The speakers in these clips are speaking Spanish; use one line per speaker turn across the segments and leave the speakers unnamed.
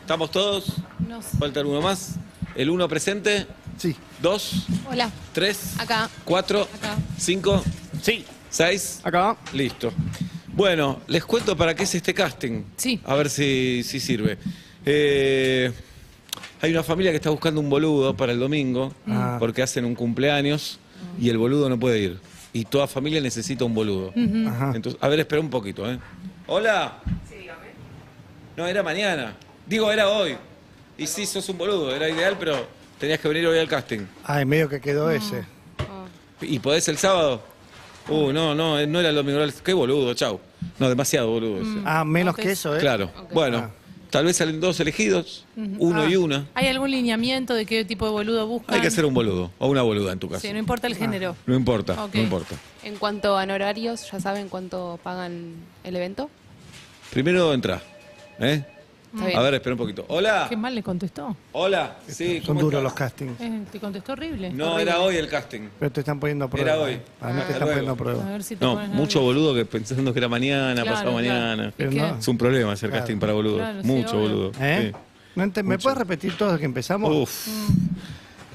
¿Estamos todos?
Nos-
Falta uno más. El uno presente.
Sí.
Dos,
Hola.
tres,
Acá.
cuatro,
Acá.
cinco,
Sí.
seis.
Acá.
Listo. Bueno, les cuento para qué es este casting.
Sí.
A ver si, si sirve. Eh, hay una familia que está buscando un boludo para el domingo
Ah.
porque hacen un cumpleaños y el boludo no puede ir. Y toda familia necesita un boludo.
Mm.
Ajá.
Entonces, a ver, espera un poquito, ¿eh? Hola. Sí, dígame. No, era mañana. Digo, era hoy. Y sí, sos un boludo, era ideal, pero tenías que venir hoy al casting.
Ay, medio que quedó
Mm.
ese.
¿Y podés el sábado? Uh, no, no, eh, no era el domingo. era el- Qué boludo, chau. No, demasiado boludo. sí.
Ah, menos
Mm. Ok. Ah.
que eso, ¿eh?
Claro. Bueno, tal vez salen dos elegidos, uno y una.
¿Hay algún lineamiento de qué tipo de boludo buscan?
Hay que hacer un boludo, o una boluda en tu caso.
Ah.
Ah.
Sí, no importa el género.
No importa,
Ok.
no importa.
En cuanto a horarios, ¿ya saben cuánto pagan el evento?
Primero entra. ¿eh?
Está bien.
A ver, espera un poquito. Hola.
Qué mal le contestó.
Hola. Sí,
Son
¿cómo
duros
estás?
los castings.
Eh, te contestó horrible.
No,
Horrible.
era hoy el casting.
Pero te están poniendo a prueba.
Era hoy.
A
Ah,
mí te están
luego.
poniendo a
A
prueba.
ver si te
No,
pones
mucho
nervioso.
boludo que pensando que era mañana,
Claro,
pasado
claro.
mañana.
Pero
¿Qué?
no.
Es un problema hacer
Claro.
casting para boludos.
Claro, sí,
Mucho
obvio.
boludo.
¿Eh?
Sí. Uh.
No ente- ¿Me puedes repetir todo desde que empezamos?
Uf.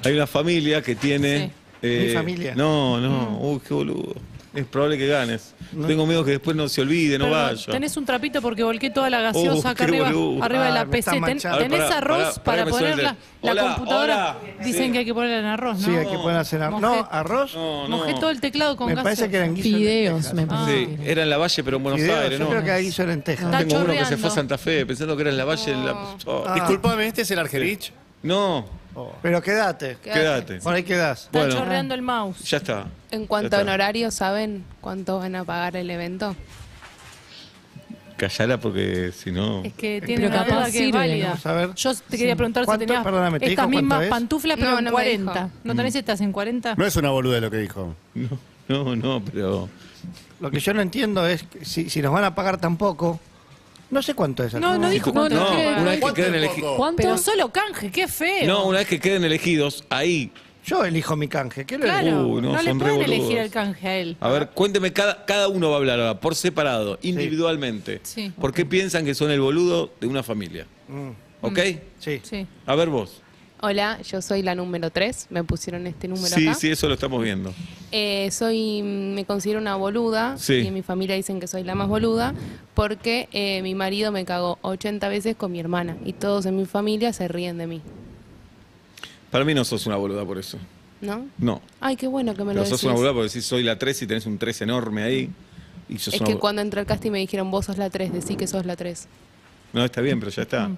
Hay una familia que tiene. eh,
Sí. Mm.
Mi familia.
No, no. Uy, qué boludo. Es probable que ganes. Tengo miedo que después no se olvide, no
Perdón,
vaya.
Tenés un trapito porque volqué toda la gaseosa
Oh, qué
acá arriba,
boludo.
arriba de
Ah,
la
me
PC.
está
Ten-
manchando.
¿Tenés
Pará,
arroz
pará, pará
para
que me
poner
suelte.
la, la
Hola,
computadora?
hola.
Dicen
Sí.
que hay que poner en arroz, ¿no?
Sí, hay que poner a hacer arroz.
Mojé-
No, arroz.
No, no.
Mojé todo el teclado con
Me
gaseosa.
parece que eran guisos de lentejas.
Fideos, me parece.
Sí, era en la valle, pero en Buenos
Fideos,
Aires,
yo
¿no?
creo que hay guiso de lentejas.
Ah. Está
Tengo uno que se
chorreando.
fue a Santa Fe pensando que era en la valle. en la- Oh,
Ah.
Disculpame, este es el Argerich.
No,
Oh. Pero quédate.
quédate.
Por ahí quedás.
Está
Bueno.
chorreando el mouse.
Ya está.
Eh.
En
Ya
cuanto
está.
a honorarios, ¿saben cuánto van a pagar el evento?
Callala porque si no.
Es que tiene una
capaz
duda que es
sirve,
válida.
vamos a ver.
Yo te quería preguntar si
¿Cuánto?
tenías
Perdóname, ¿te
estas
dijo cuánto
mismas
es?
pantuflas, pero
No,
en
no me
40.
dijo.
¿No tenés estas en 40?
No es una boluda lo que dijo.
No, no, no, pero.
Lo que yo no entiendo es que si, si nos van a pagar tampoco. No sé cuánto es.
No, no dijo
No,
cuánto.
No,
creo.
una vez que
¿Cuánto
queden
es
elegidos.
poco?
¿Cuánto?
Pero solo canje, qué feo.
No, una vez que queden elegidos, ahí.
Yo elijo mi canje. ¿Qué le digo?
Claro,
Uy, no,
no, le
son re
pueden
boludos.
elegir el canje a él.
A ver, cuénteme, cada, cada uno va a hablar ahora, por separado, individualmente.
Sí.
¿Por qué piensan que son el boludo de una familia?
Mm,
¿Ok?
sí.
Sí.
A ver vos.
Hola, yo soy la número 3, me pusieron este número
Sí,
acá.
sí, eso lo estamos viendo.
Eh, soy, mm, me considero una boluda
Sí.
y en mi familia dicen que soy la más boluda porque eh, mi marido me cagó 80 veces con mi hermana y todos en mi familia se ríen de mí,
Para mí no sos una boluda por eso.
¿no?
No.
Ay, qué bueno que me
Pero
lo
sos
decís. Mm.
una boluda porque decís soy la 3 y tenés un 3 enorme ahí. Y sos
Es
una
que
bol-
cuando entré al casting me dijeron, vos sos la 3, decí que sos la 3.
No, está bien, pero ya está.
Mm.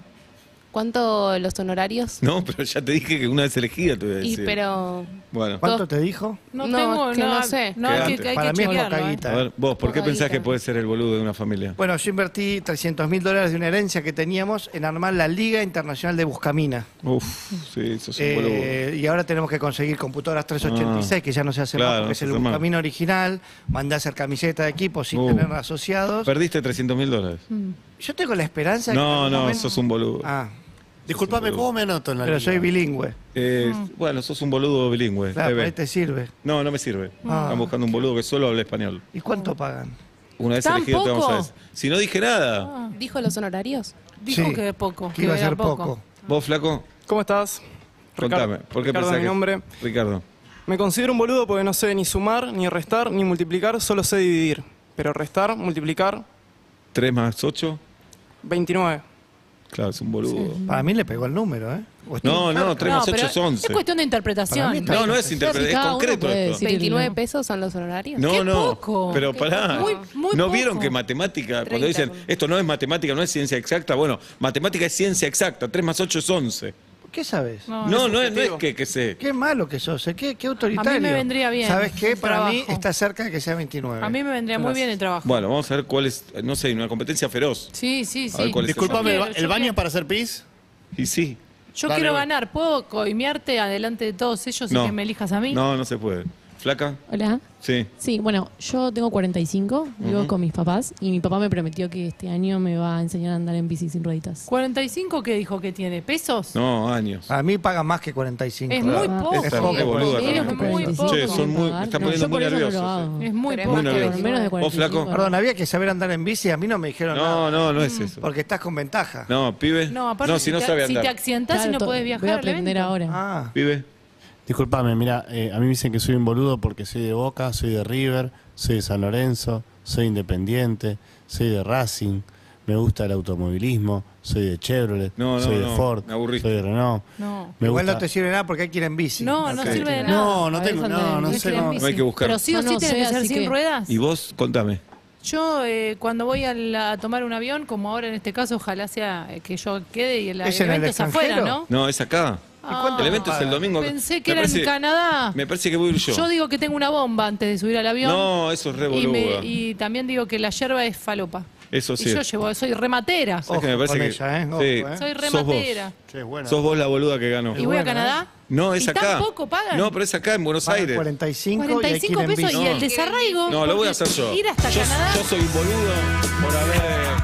¿Cuánto los honorarios?
No, pero ya te dije que una vez elegida te voy a
y
decir.
pero...
Bueno.
¿Cuánto te dijo?
No,
No,
tengo,
es que no sé.
No, hay
Quédate.
que, hay
Para
que
mí es
chequearlo,
poca
¿eh?
guita.
A ver, vos, ¿por qué
Poca
pensás que
guita.
puede ser el boludo de una familia?
Bueno, yo invertí 300 mil dólares de una herencia que teníamos en armar la Liga Internacional de Buscamina.
Uf, sí, sos un boludo.
Eh, y ahora tenemos que conseguir computadoras 386,
Ah.
que ya no se hace
Claro,
más porque
no
es
se
el
hace más.
Buscamina original. Mandé a hacer camiseta de equipo sin
Uh.
tener asociados.
Perdiste 300 mil dólares.
Yo tengo la esperanza de que en
No,
algún
no,
momento-
sos un boludo.
Ah,
Disculpame, ¿cómo me anoto en la
pero
liga?
soy bilingüe.
Eh, Bueno, sos un boludo bilingüe.
Claro,
debe.
por ahí te sirve.
No, no me sirve.
Ah.
Están buscando un boludo que solo habla español.
¿Y
Oh.
cuánto pagan?
Una vez
¿Tan
elegido te vamos a
poco?
decir. Si no dije nada,
¿Dijo los honorarios?
Dijo
Sí,
que poco.
Que iba a
era
ser poco.
vos, flaco,
¿Cómo estás?
contame.
Ricardo-
¿Por qué
Ricardo
pensás
es mi
que-
nombre.
Ricardo.
Me considero un boludo porque no sé ni sumar, ni restar, ni multiplicar, solo sé dividir. Pero restar, multiplicar,
3 más 8.
29.
Claro, es un boludo.
Para mí le pegó el número, ¿eh? O estoy
No, no,
cerca.
3 más
No,
8
pero
es 11.
Es cuestión de
Para mí
interpretación.
está-
No, no es interpretación, es
Cada uno
concreto
puede
esto.
decir. el
¿29
no.
pesos son los honorarios?
No,
Qué
no.
poco.
Pero pará.
Muy- muy
¿No
poco.
vieron que matemática, cuando
30
dicen
con-
esto no es matemática, no es ciencia exacta? Bueno, matemática es ciencia exacta. 3 más 8 es 11.
¿Qué sabes?
No, no, es, no es que, que sé.
Qué malo que sos, ¿eh? qué, qué autoritario.
A mí me vendría bien
¿Sabes qué?
un
Para mí
trabajo.
está cerca de que sea 29.
A mí me vendría muy bien el trabajo.
Bueno, vamos a ver cuál es. No sé, una competencia feroz.
Sí, sí, sí.
ver cuál es
Disculpame,
Yo
¿el, ba-
quiero, yo
el baño
quiero.
es para hacer pis?
Y sí.
Yo
Dale,
quiero
voy.
ganar. ¿Puedo coimearte adelante de todos ellos y que me elijas a mí?
No, no se puede. ¿Flaca?
Hola.
Sí.
Sí, bueno, yo tengo 45, vivo con mis papás y mi papá me prometió que este año me va a enseñar a andar en bici sin rueditas.
¿45 qué dijo que tiene? ¿Pesos?
No, años.
A mí pagan más que 45.
Es Ah, muy
Ah,
poco.
es poco,
Qué boluda
es
también.
muy
Che,
poco.
son muy- me están
No,
poniendo
yo por
muy
eso no lo
nervioso.
hago.
Es muy
Pero es
más
poco.
que
Por menos de 45.
¿Vos, flaco?
no.
Perdón, había que saber andar en bici, a mí no me dijeron
No,
nada.
no, no es eso.
Porque estás con ventaja.
No, pibe.
Mm. No, aparte,
si no
te,
sabe
si te
andar.
accidentas y
Claro,
no
to-
puedes viajar.
Voy a
al
aprender
evento.
ahora.
Ah,
Pibe.
Disculpame, mira, a mí me dicen que soy un boludo porque soy de Boca, soy de River, soy de San Lorenzo, soy independiente, soy de Racing, me gusta el automovilismo, soy de Chevrolet,
No, no,
soy de
no,
Ford,
me aburriste.
soy de Renault.
No.
Me
igual no
gusta-
te sirve nada porque hay que ir en bici.
No, no
Ok.
sirve de nada.
No, no
Ahí
tengo,
son
no,
de-
no
es
sé
que
cómo.
en
No hay que buscar.
Pero sí o
No,
sí
no
tiene
sé,
que ser
así
sin
que-
ruedas.
¿Y vos? Contame.
Yo eh, cuando voy a, la- a tomar un avión, como ahora en este caso, ojalá sea eh, que yo quede y el,
¿Es en el
evento es afuera,
extranjero?
¿no?
No, es acá.
cuánto
el evento es el
pagan?
domingo.
Pensé
Me
que era
parece-
en Canadá.
Me parece que voy a ir yo.
yo. digo que tengo una bomba antes de subir al avión.
No, eso es re
y, me-
boluda.
y también digo que la yerba es falopa.
Eso sí.
Y yo llevo, soy rematera.
¿Sabés que me
Ojo
parece
con
que-
ella, ¿eh? Ojo,
sí,
¿eh?
Soy
sos vos.
rematera.
Che, bueno.
Sos vos la boluda que ganó. ¿eh?
Y voy a Canadá.
No, es
y
acá.
tampoco pagan.
No, pero es acá en Buenos
Pagan
Aires.
45, y hay que ir
45
en
pesos
bici.
y el desarraigo.
No, lo voy a
porque
hacer yo.
Ir hasta
yo,
Canadá.
yo soy un boludo por haber.